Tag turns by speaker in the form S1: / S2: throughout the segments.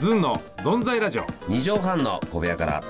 S1: ずんのぞんざいラジオ
S2: 二畳半の小部屋から。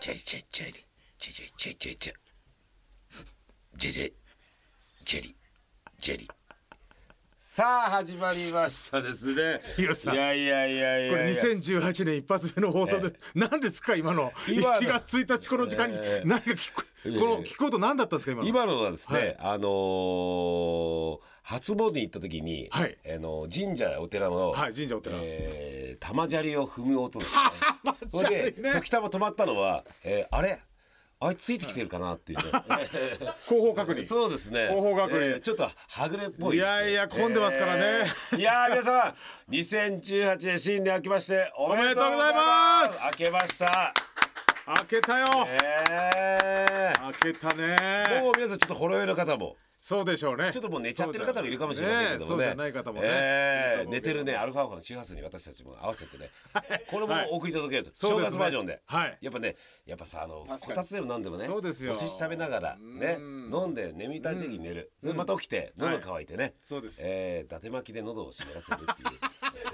S3: チェリチェリチェリチェリチェリチェリチェリチェリチェリチェリ
S4: さあ始まりましたですね。
S1: ヒロさん
S4: いやいやいやいや
S1: これ
S4: いや。
S1: 2018年一発目の放送で、何ですか今の
S4: 今の
S1: 1月1日この時間に
S4: ええ
S1: 何か聞ここ
S4: いやいや
S1: の聞くこと何だったんですか今の
S4: 今のはですね、
S1: はい
S4: あのー初詣に行った時に、
S1: はい
S4: あの神社やお寺の、
S1: はい神社お寺
S4: えー玉砂利を踏む音ですね。
S1: 玉砂利 ね
S4: それで時たま止まったのは、えーあれあいつついてきてるかなっていうね。
S1: 広報確認
S4: そうですね。
S1: 広報学園
S4: えーちょっとはぐれっぽいですね、
S1: いやいや混んでますからね
S4: えーいやー皆さん、2018年新年明けましておめでとうございます。
S1: おめで
S4: 明けました。
S1: 開けたよ、
S4: えー
S1: 開けたね
S4: もう皆さんちょっとほろ酔いの方も
S1: そうでしょうね
S4: ちょっともう寝ちゃってる方もいるかもしれませんけどもね
S1: そうじゃない方もね、
S4: えー寝てるねアルファ波の周波数に私たちも合わせてねこれもお送り届けると、
S1: そう
S4: 正
S1: です
S4: 月
S1: ね
S4: バージョンで、
S1: はい
S4: やっぱねやっぱさあの
S3: 確か
S4: こ
S3: に
S4: たつでもなんでもね
S1: そうですよ
S4: お寿司食べながらね
S1: うん
S4: 飲んで眠たい時に寝る、それでまた起きて
S1: はい
S4: 喉乾いてね、
S1: そうです
S4: えー、伊達巻きで喉を湿らせるっていう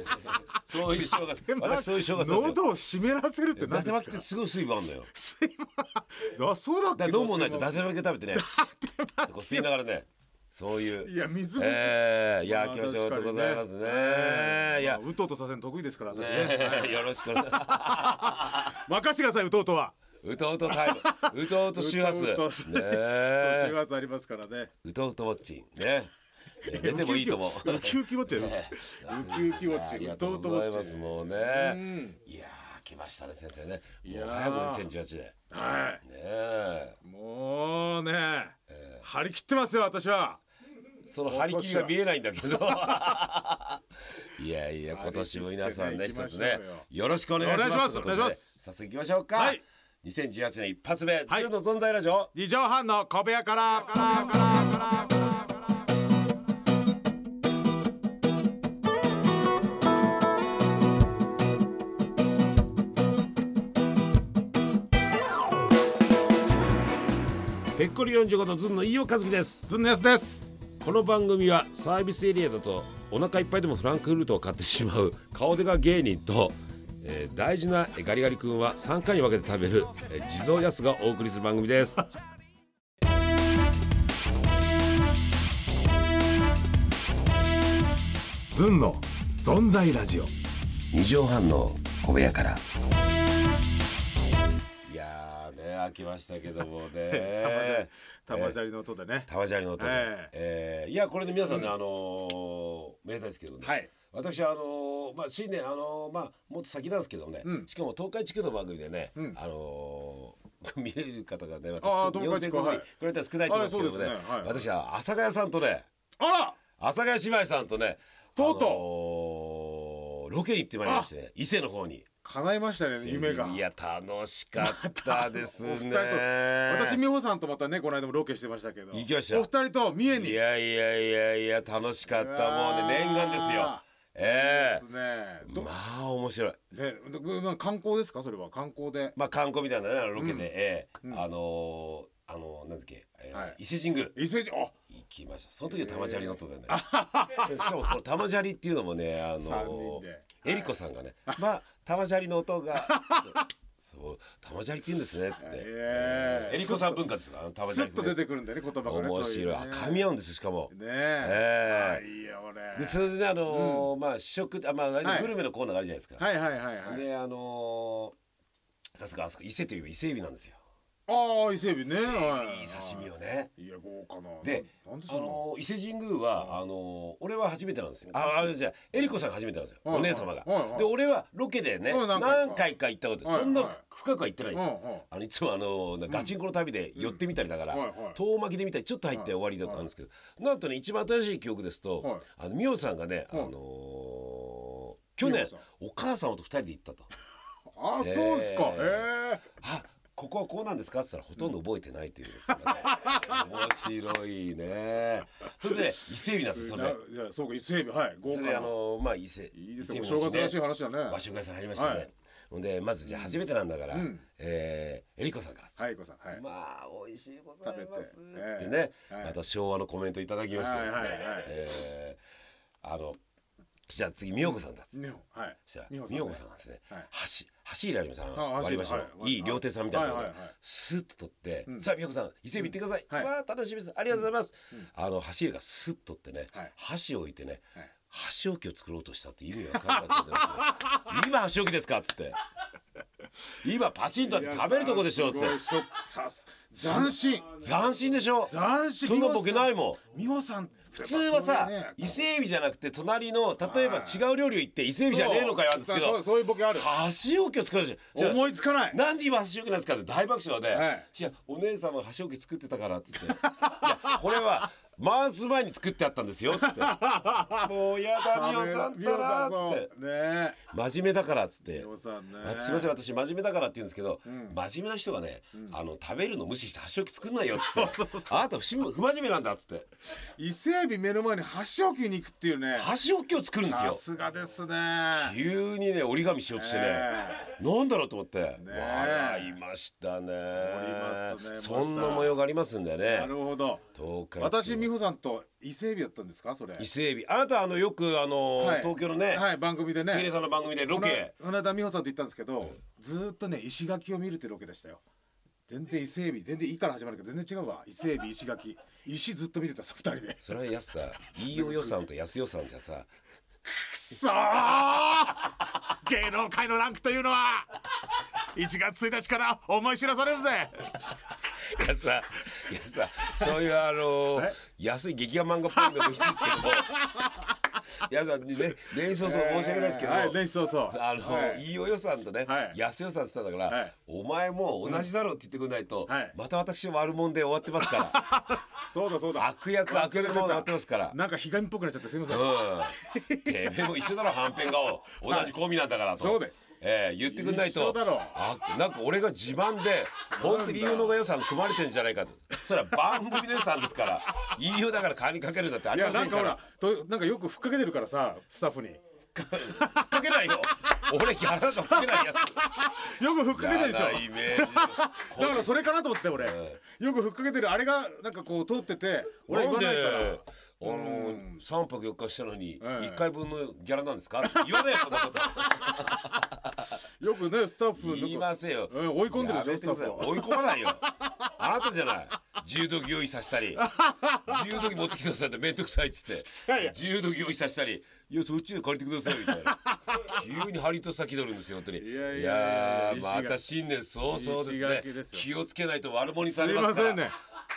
S4: そういう正月私そういう正月ですよ
S1: 喉を湿らせるって何で
S4: 伊達
S1: す
S4: 巻き
S1: か
S4: ってすごい水分あるのよ
S1: 水分 あそうだっけ
S4: だから飲むもんないと伊達巻き食べてねこう吸いながらねそういう
S1: いや水も、
S4: ええいや、
S1: まあ
S4: 今日おめでとうございますね
S1: 確かにね。
S4: いや、
S1: うとうとさせるの得意ですから私ね
S4: ねよろしく。
S1: 任せてくださいうとうとは
S4: うとうとタイム、うとうと周波
S1: うとうと
S4: 数、
S1: 週
S4: ねえ、
S1: 末ありますからね
S4: うとうとウォッチンね。ね寝てもいいと思う。
S1: ウキウキウォッチウキウキウォッ
S4: あ
S1: チ
S4: りが
S1: ウ
S4: と
S1: ト
S4: う
S1: ウトウ
S4: ご
S1: ォ
S4: ざい
S1: ッ
S4: ま
S1: チ
S4: す。もう
S1: う
S4: ね。
S1: ん
S4: いやー、来ましたね、先生ね。
S1: い
S4: も
S1: や
S4: う
S1: ー
S4: 早く2018年。ね
S1: は
S4: え。
S1: いもうね張り切ってますよ私は
S4: その張り切りが見えないん だけど。いやいや、今年も皆さんね、
S1: 張り切
S4: 一
S1: ってね行きましょ
S4: つね
S1: うよ、
S4: よろしくお願いします。
S1: お願いします
S4: とうことで
S1: お願いします。
S4: 早速行きましょうか。
S1: はい
S4: 2018年一発目、
S1: はい
S4: ずんの存在ラジオ。
S1: 二畳半の小部屋から
S5: ペッコリ45度ズンの飯尾和樹です
S1: ずんのやすです
S5: この番組はサービスエリアだとお腹いっぱいでもフランクフルトを買ってしまう顔でが芸人と、えー大事なガリガリ君は3回に分けて食べる、えー地蔵やすがお送りする番組です
S1: ずんの存在ラジオ
S4: 二畳半の小部屋から。いやーね、飽きましたけどもね。
S1: 玉砂利の音でね
S4: 玉砂利の音で、
S1: え
S4: えーいやこれね皆さんね、あのー、めでたいですけどね、
S1: はい
S4: 私あのーまあ新年あのーまあもっと先なんですけどもね、
S1: うん
S4: しかも東海地区の番組でね、
S1: うん
S4: あのー 見れる方がね
S1: あー
S4: 私日本全国に
S1: 東海地区はい
S4: 比べたら少ないと思うんですけどもね,、
S1: はいそうですねはい
S4: 私は阿佐ヶ谷さんとね
S1: あら
S4: 阿佐ヶ谷姉妹さんとね
S1: とうとう
S4: う、あのーロケに行ってまいりましてね伊勢の方に
S1: 叶いましたね夢が
S4: いや楽しかったですね、
S1: お二人と私美穂さんとまたねこの間もロケしてましたけど
S4: 行きました
S1: お二人と三重に
S4: いやいやいやいや楽しかったもうね念願です
S1: う
S4: よ
S1: わ
S4: え
S1: ですね
S4: え
S1: ど
S4: まあ面白い
S1: ね、でまあ観光ですかそれは観光で。
S4: まあ観光みたいなねロケで、
S1: うん
S4: ええ
S1: うん
S4: あのーあのーなんだっけ、えー
S1: はい
S4: 伊勢神宮
S1: 伊勢神あ
S4: 行きましたその時は玉砂利乗ってたんだよ、でしかもこの玉砂利っていうのもねあ
S1: 三
S4: の
S1: 人で
S4: ーえりこさんがねまあ玉砂利の 音がそう玉砂利って言うんですねって、
S1: ええ
S4: えりこさん文化ですからあの玉
S1: ス
S4: 砂利
S1: ッと出てくるんだよね言葉がね。
S4: 面
S1: そう
S4: 白
S1: う
S4: い
S1: ね
S4: あ噛み合うんですよしかも、
S1: ね
S4: え
S1: え。あ
S4: え
S1: いいよ俺。
S4: でそれでねあのーまあ試食あまあ、
S1: はい
S4: グルメのコーナーがあるじゃないですか、
S1: はいはいはいはい。
S4: であのーさすがあそこ伊勢といえば伊勢海老なんですよ。
S1: ああ伊勢海老ね。
S4: 伊勢
S1: は
S4: 海老刺身をね。
S1: い。いや豪華な。
S4: で
S1: ななんで
S4: あ
S1: そんな
S4: のー伊勢神宮はあのー俺は初めてなんですよ。ああじゃあえりこさんが初めてなんですよ。
S1: はい
S4: お姉様が
S1: はいはい。
S4: で俺はロケでね
S1: はい何回か
S4: 何回か行ったこと
S1: はい
S4: そんな
S1: はい
S4: 深くは行ってないんですよ。
S1: うんうん
S4: あのいつもあのーなガチンコの旅で寄ってみたりだから
S1: うんはいはい
S4: 遠巻きで見たりちょっと入って終わりとかあるんですけどなんとね一番新しい記憶です
S1: はい
S4: とあの美桜さんがねあ
S1: はい
S4: のー去
S1: 美桜
S4: 年
S1: さん
S4: お母様と二人で行ったと。
S1: あそうですか。え
S4: え
S1: え。
S4: あここはこうなんですかって言ったらほとんど覚えてないっていうですね、面白いねそれで伊勢海老なんですよそれで
S1: いやそうか伊勢海老はい豪
S4: そ
S1: 華
S4: れで
S1: な。
S4: あのまあ伊勢
S1: いいですね。
S4: 伊
S1: お
S4: 勢海
S1: 正
S4: 老
S1: 月ら
S4: の
S1: しい話だね。
S4: 和食屋さん入りましたね、
S1: はい
S4: ほんでまずじゃあ初めてなんだから、
S1: うん
S4: えーえりこさんからです、
S1: はいこさんはい。
S4: まあ美味しいございます
S1: 食べて
S4: つってね、
S1: ええはい
S4: また昭和のコメントいただきましてですね、
S1: はいはいはい
S4: えーあのじゃあ次美代子さんだっつって
S1: ねはい
S4: そした
S1: 美
S4: ら
S1: 穂さんね
S4: 美代子さんなんですね
S1: はい
S4: 箸箸入れありますあの
S1: あ箸
S4: 割り箸の
S1: はい
S4: いい料亭さんみたいなところで
S1: はいはいはい
S4: スーッと取って
S1: ん
S4: さあ美代子さん伊勢海老行ってくださ
S1: はいい
S4: わあ楽しみですありがとうございますあの箸入れがスッと取ってね
S1: はい
S4: 箸を置いてね
S1: はい
S4: 箸置きを作ろうとしたって意味が分かんなかった んで今箸置きですかっつって今パチンとあって食べるとこでしょっつっ
S1: いや
S4: て
S1: すごいショックさす斬新
S4: 斬新でしょ
S1: 斬新
S4: そんなボケないもん
S1: 美穂さん
S4: 普通はさ
S1: そういうね
S4: 伊勢海老じゃなくて隣の例えば違う料理を行って伊勢海老じゃねえのかよあるんですけ
S1: そうそ
S4: ど
S1: うそういうボケある
S4: 箸置きを作るでしょじゃあ
S1: 思いつかない
S4: なんで今箸置きなんですかって大爆笑で、
S1: はい
S4: い、やお姉様が箸置き作ってたからっつっていやこれは回す前に作ってあったんですよ っつってもうやだ美
S1: 美
S4: 穂
S1: 穂
S4: さんったらっつって
S1: そうね
S4: 真面目だからっつっ
S1: 美
S4: て
S1: 穂さんね
S4: あすいません私真面目だからって言うんですけど、
S1: ん
S4: 真面目な人がね、あの食べるの無視して箸置き作んないよっつってあなた不真不真面目なんだっつって
S1: 伊勢海老目の前に箸置きに行くっていうね
S4: 箸置きを作るんです
S1: さ
S4: よ
S1: すがですね
S4: 急にね折り紙しようとしてね、
S1: え
S4: なんだろうと思って、
S1: え
S4: 笑いましたね
S1: りますね
S4: そん
S1: ま
S4: な
S1: た
S4: 模様がありますんでね
S1: なるほど
S4: 東海
S1: 私美穂さんと伊勢海老やったんですかそれ
S4: 伊勢海老あなたあのよくあの、
S1: はい
S4: 東京のね、
S1: はい番組でね
S4: 関根さんの番組でロケ
S1: 船船田美穂さんと行ったんですけど、ずーっとね石垣を見るってロケでしたよ全然伊勢海老全然「い」から始まるけど全然違うわ伊勢海老石垣石ずっと見てたさ二人で
S4: それは安さ飯尾予算と安予算じゃさ
S1: くそー芸能界のランクというのは1月1日から思い知らされるぜ
S4: 安さ安さそういうあの
S1: え
S4: 安い劇画漫画っぽいのもいいですけども安さんね年相そう申し訳ないですけども、
S1: はいねそうそう
S4: あの、
S1: はい
S4: い、飯尾予算とね、
S1: はい
S4: 安予算って言ってたから、
S1: はい
S4: お前も同じだろうって言ってくれないと、
S1: うんはい
S4: また私悪者で終わってま すから
S1: そうだそうだ
S4: 悪役悪役のまま終わってますから。
S1: なんかひがみっぽくなっちゃってすいません、
S4: うん、てめえも一緒だろはんぺん顔同じコンビなんだからと、
S1: そうだよ
S4: ええ言ってくんない
S1: 一緒
S4: と
S1: だろ
S4: あなんか俺が自慢で本当に飯尾のが予算組まれてんじゃないかとそれは番組の予算ですから飯尾だから金かけるんだってあ
S1: い
S4: りま
S1: や
S4: せ
S1: なんん
S4: か
S1: からほらとなんかよくふっかけてるからさスタッフに
S4: かけないよ俺ギャラなんかかけないやつ
S1: よくふっかけてるでしょ
S4: やなイメージ
S1: だからそれかなと思って俺、
S4: え
S1: よくふっかけてるあれがなんかこう通ってて 俺言
S4: なん
S1: わ
S4: で
S1: ないから
S4: あの三泊四日したのに
S1: ええ
S4: 一回分のギャラなんですかって言わないよそんなこと
S1: よくねスタッフ
S4: 言いませんよ、
S1: うん追い込んでるでしょ
S4: やめてください
S1: スタッフを
S4: 追い込まないよあなたじゃない柔道着用意させたり柔道着持ってきてくださいって面倒くさいっつっ
S1: いやい
S4: て
S1: や
S4: 柔道着用意させたりいやそっちで借りてくださいみたいな急に張りと先取るんですよ本当に
S1: いやいやいや
S4: いやー
S1: 石
S4: ま
S1: 垣
S4: た新年早々です
S1: 石
S4: ね
S1: 垣ですよ
S4: 気をつけないと悪者にさ
S1: す
S4: れ
S1: い
S4: ま
S1: ます
S4: から
S1: せんね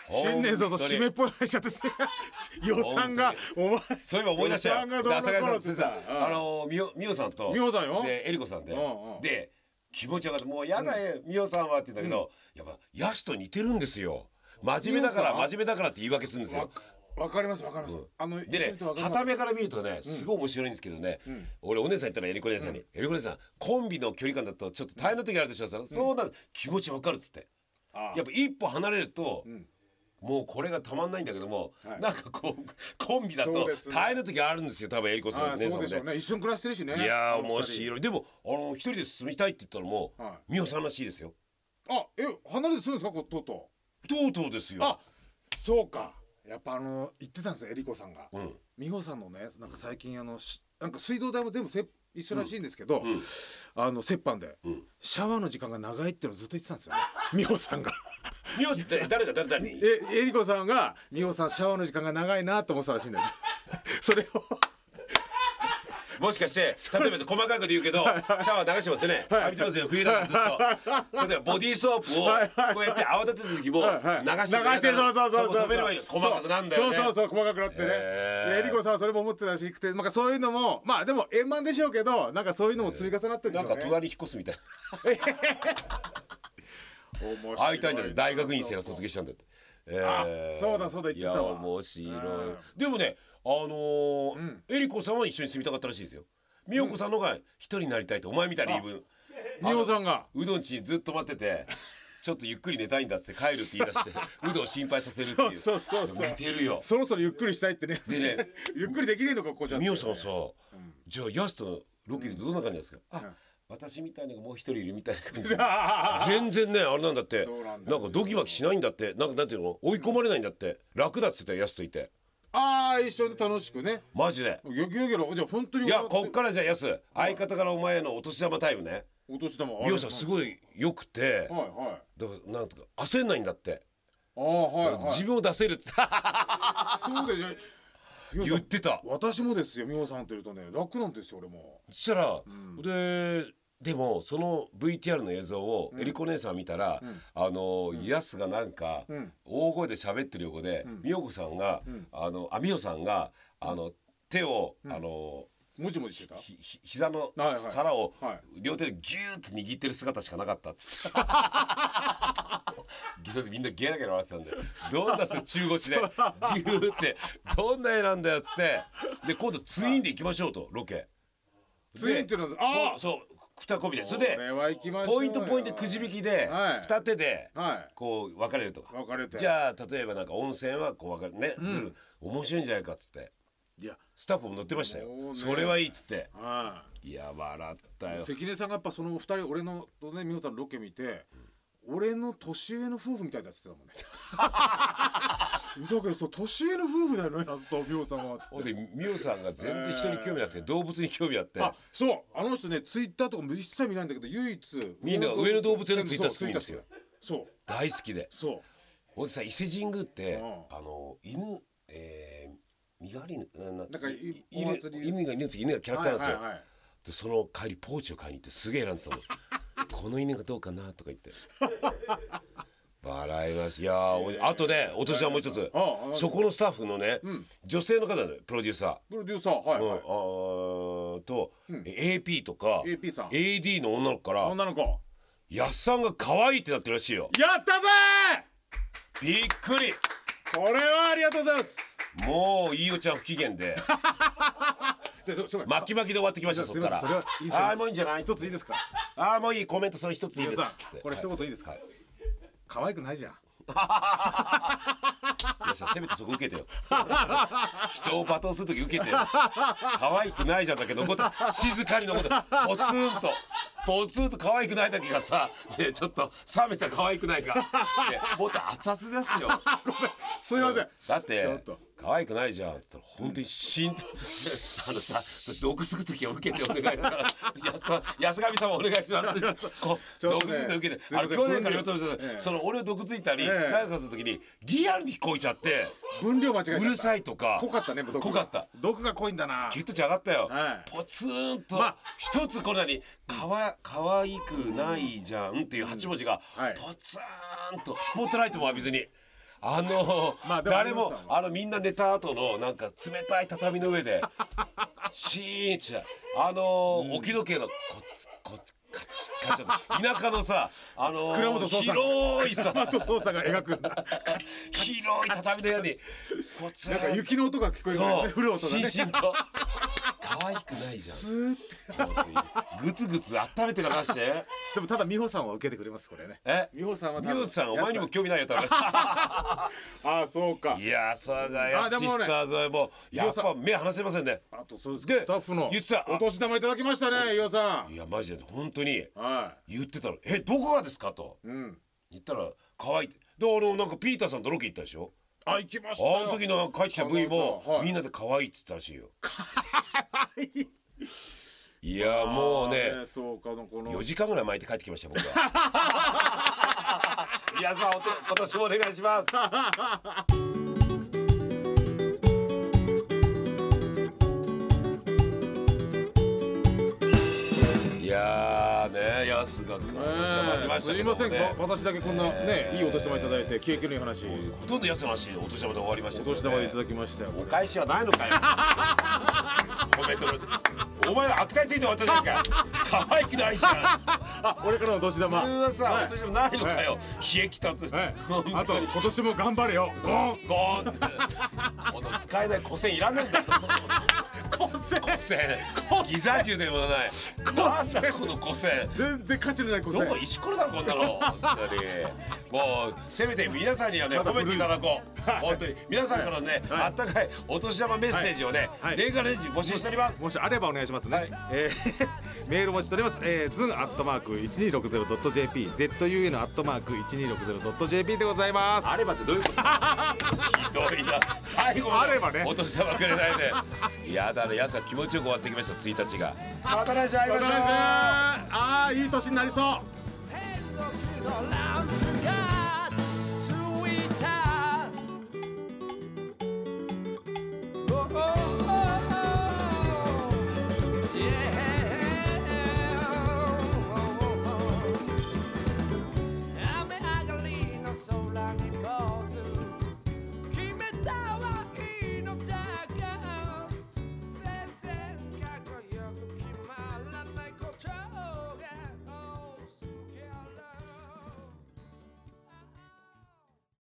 S4: 本当に
S1: 新年早々締めっぽい話しちゃってす 予算がお前
S4: そういえば思い出したよ。
S1: 予算がどうのこ
S4: 朝
S1: うの
S4: 倉
S1: っ
S4: さ
S1: て
S4: んさ
S1: さ、
S4: あのみおみおさんと
S1: みおさんよ
S4: でえりこさんで、
S1: うんうん
S4: で気持ちよかった。もうやだよ、みおさんはって言うんだけど、やっぱヤシと似てるんですよ。真面目だから
S1: みおさん
S4: 真面目だからって言い訳するんですよ。
S1: わかりますわかります、あの
S4: でね、はたから見るとね、すごい面白いんですけどね、俺お姉さん言ったらえりこ姉さんに、えりこ姉さん、コンビの距離感だとちょっと大変な時あるでしょ、そしたらそうなんです気持ちわかるっつって。
S1: あ
S4: やっぱ一歩離れると、もうこれがたまんないんだけども、
S1: はい
S4: なんかこう コンビだと
S1: そうですね
S4: 大変な時あるんですよ多分えりこさん
S1: あ
S4: の姉さ
S1: そ
S4: ん
S1: う
S4: も
S1: でしょ
S4: ね
S1: うね一緒に暮らしてるしね
S4: いやー
S1: あの
S4: 面
S1: 二人
S4: 白いでもあの一人で進みたいって言ったのも、
S1: は
S4: 美穂さんらしいですよ
S1: あえ離れてするんですかこうとうと
S4: とうとうです
S1: うあ
S4: よ
S1: そうかやっぱあの言ってたんですよえりこさんが、
S4: うん
S1: 美穂さんのねなんか最近あのしなんか水道代も全部せ一緒らしいんですけど、
S4: ん
S1: あの折半で、
S4: ん
S1: シャワーの時間が長いっていうのをずっと言ってたんですよ、ね、美穂さんが
S4: 美穂って誰だ誰だに
S1: ええりこさんが美穂さんシャワーの時間が長いなと思ってたらしいんです それを
S4: もしかして例えば細かいこと言うけどシャワー流してますよね浴びてますよ冬だからずっと例えばボディーソープ
S1: はいは
S4: を
S1: い
S4: こうやって泡立てた時も流
S1: はいはい
S4: してる
S1: 流してるそうそうそう
S4: そ
S1: そう
S4: こ止めればいいの細かくなんだよね
S1: そうそうそう細かくなってね
S4: へー
S1: でえりこさんはそれも思ってたらしくてなんかそういうのもまあでも円満でしょうけどなんかそういうのも積み重なってるんで
S4: な
S1: しょ
S4: ん
S1: う
S4: か
S1: ね
S4: 隣引っ越すみたいな
S1: 面白
S4: 会いたいんだって大学院生が卒業したんだって。え
S1: あそうだそうだ言ってたわ
S4: いや面白い
S1: うん。
S4: でもね、あのーえりこさんは一緒に住みたかったらしいですよ。美代子さんの方が一人になりたいと、お前みたいな言い分。
S1: 美穂さんが
S4: うどんちにずっと待ってて。 ちょっとゆっくり寝たいんだっつって帰るって言い出してうどんを心配させるっていう
S1: そうそうそうそう
S4: 似てるよ
S1: そろそろゆっくりしたいってね
S4: でね
S1: ゆっくりできねえのかこうじゃ
S4: 美代さんさ、じゃあヤスとロケ行くとどんな感じなんですか、あ、私みたいなのがもう一人いるみたいな感じで全然ねあれなんだって
S1: そうなんだ
S4: なんかドキマキしないんだってなんかなんていうの追い込まれないんだって楽だっつってたよやすといて
S1: ああ一緒に楽しくね
S4: マジで
S1: ギョギョギョロじゃあ本当に
S4: いやこっからじゃあやす相方からお前へのお年玉タイムね
S1: お年玉
S4: 美容さんすごい良くて
S1: はいはい
S4: だからなんとか焦んないんだって
S1: ああはいはい
S4: 自分を出せる って
S1: そうでじゃあ美穂さ
S4: 言っ
S1: ん
S4: てた
S1: 私もですよ美穂さんといるとね楽なんですよ俺も
S4: そしたら、
S1: ん
S4: ででもその VTR の映像をえりこ姉さん見たら、
S1: ん
S4: あのヤスがなんか
S1: うん
S4: 大声で喋ってる横で、
S1: ん
S4: 美代子さんが、
S1: ん
S4: あのあ美代さんがあの手を、あの
S1: もじもじしてた
S4: ひひ膝の
S1: はいはい
S4: 皿を
S1: は
S4: 両手でギューッと握ってる姿しかなかったっつって それでみんなゲラゲラ笑ってたんでどんなそ中腰で ギューってどんな絵なんだよっつってで今度ツインで行きましょうとロケ
S1: ツインっていうのはあ
S4: ポ
S1: あ
S4: そう二コびでそ
S1: こ
S4: れ
S1: れ
S4: で
S1: は行きましょうよ
S4: ポイントポイントくじ引きで
S1: はい
S4: 二手で
S1: は
S4: こう分かれると
S1: い分かれて
S4: じゃあ例えばなんか温泉はこう分かるね、うん、面白いんじゃないかっつって
S1: いや
S4: スタッフも乗ってましたよ、
S1: もうね
S4: それはいいっつって
S1: はい
S4: や笑ったよ
S1: 関根さんがやっぱその二人俺のとね美穂さんのロケ見て、俺の年上の夫婦みたいだっつってたも んねだけどそう年上の夫婦だよねやつと美穂さんはつ
S4: ほ
S1: っ
S4: ん
S1: て
S4: で美桜さんが全然人に興味なくて動物に興味あって
S1: あそうあの人ねツイッターとかも一切見ないんだけど唯一
S4: みんな上野動物園のツイッター作るんですよ
S1: そう
S4: 大好きで
S1: そう
S4: ほんでさ伊勢神宮って、
S1: うん
S4: あの犬えー、身代わり犬なな
S1: なんかい
S4: い
S1: お
S4: 犬
S1: 祭り
S4: 犬が犬です犬がキャラクターなんですよ、
S1: はいはいはい
S4: でその帰りポーチを買いに行ってすげえ選んでた もんこの犬がどうかなとか言って笑いますいやーおいあとねお年はもう一つ
S1: あああ
S4: そこのスタッフのね、
S1: ん
S4: 女性の方のプロデューサ
S1: プロデューサーはい、
S4: ー、うん
S1: はい
S4: あーと、
S1: ん
S4: AP とか
S1: AP さん
S4: AD の女の子から
S1: 女の子や
S4: 「やっさんが可愛いってなってるらしい
S1: っ
S4: よ
S1: たぜ
S4: びっくり
S1: ーこれはありがとうございます
S4: もう飯尾ちゃん不機嫌 で
S1: でそそうか
S4: 巻き巻きで終わってきましたそこから
S1: すいませんそれはいいですよ
S4: ああもういいんじゃない
S1: 一ついいですか
S4: ああもういいコメントそれ一ついい
S1: 美穂
S4: ですっ
S1: さ
S4: つって
S1: んこれ一言いいですか、可愛くないじゃん
S4: いやさせめてそこ受けてよ 人を罵倒する時受けてよ可愛くないじゃんだけど残った静かに残ったポツンとポツンと可愛くないだけがさ、ね、ちょっと冷めた可愛くないが、ね、もっと熱々ですよ
S1: すいません、
S4: だって
S1: ちょっと
S4: 可愛くないじゃんって言ったら本当にシーン と、あのさ毒づく時は受けてお願いだから 安さ安上さんもお願いしますこ
S1: ちょっ
S4: 毒
S1: とね
S4: づいて受けて
S1: すいま
S4: あ
S1: せ
S4: の
S1: ん
S4: 去年から言おうと思ってた
S1: ええ
S4: その俺を毒づいたり、
S1: ええ
S4: 何かする時にリアルに聞こえちゃって
S1: 分量間違えちゃ
S4: う
S1: った
S4: るさいとか
S1: 濃かったね毒が
S4: 濃かった
S1: 毒が濃いんだな
S4: ゲット値上がったよ、
S1: はい
S4: ポツンと、
S1: まあ
S4: 一つこれ何かわ可愛くないじゃんっていう8文字が、
S1: はい
S4: ポツーンとスポットライトも浴びずにあの、
S1: まあでも
S4: 誰も
S1: 皆さんは
S4: あのみんな寝た後のなんか冷たい畳の上で シーンってあの、置き時計のコツコツカチカチカチ田舎のさあの
S1: 倉本壮さん
S4: 広 いさ
S1: あと操作が 描くんだ
S4: 広い畳の屋にポツ
S1: な
S4: ー
S1: ん
S4: ン
S1: か雪の音が聞こえる
S4: そう、
S1: 降る音がね
S4: しんしんと。可愛くないじゃん。ぐつぐつ温めて流 して。
S1: でもただ美穂さんは受けてくれますこれね
S4: え、
S1: 美穂さんは多
S4: み
S1: 分
S4: よさん、お前にも興味ないやったら。
S1: ああそうか
S4: いや、そうだ
S1: あ
S4: よ、シ
S1: でもね
S4: スターズはもう、やっぱ目離せませんね。
S1: あとそうです
S4: で
S1: スタッフの
S4: 言ってた
S1: お年玉いただきましたね美穂さ
S4: いや、マジで、本当に。
S1: んは
S4: 言ってたの、え、どこがですかと。
S1: いうん
S4: 言ったら、可愛いって。で、あの、なんかピーターさんとロケ行ったでしょ
S1: あ行きましたよ
S4: あの時の帰ってきた V も
S1: はい
S4: みんなで可愛いって言ったらしい よ。いやもうね
S1: あーそうかのこの
S4: 4時間ぐらい巻いて帰ってき ました僕は皆さんおと今年もお願いしますいやーねやすがくん今年は巻きました
S1: すい
S4: けど
S1: ま
S4: も
S1: せん、
S4: ね
S1: わ私だけこんなね、いいお年玉いただいて景気のいい話
S4: ほとんどやすの話でお年玉で終わりまし
S1: お
S4: たけど
S1: 年
S4: ね
S1: 玉でいただきましたよ
S4: お返しはないの かよ。コメントのお前は悪態ついて渡したんか。可愛くないじゃん。
S1: あ俺からのお年
S4: 普通
S1: 玉
S4: はさ、
S1: はい
S4: 私もないのかよ。冷えきたって。
S1: はい
S4: 本当に
S1: あと今年も頑張れよゴン
S4: ゴーンって。この使えない古銭いらねえんだよ。古銭。古銭。ギザ銃でもない。なんだこの古銭。
S1: 全然価値のない個性
S4: どこ石ころだろこんなの本当にもうせめて皆さんにはね褒めていただこう本当に皆さんからのねあったかいお年玉メッセージをね
S1: はい
S4: 年がら年中募集しております
S1: もしあればお願いしますね、
S4: はい
S1: えー メールお待ちしております、えー、ズンアットマーク 1260.jp ZUN アットマーク 1260.jp でございます
S4: あればってどういうことひどいな最後まで
S1: あればね
S4: お年玉くれないでやだねやつは気持ちよく終わってきました1日がまた来週会いましょう
S1: ああーいい年になりそう
S6: Hang on to the lounge, girl.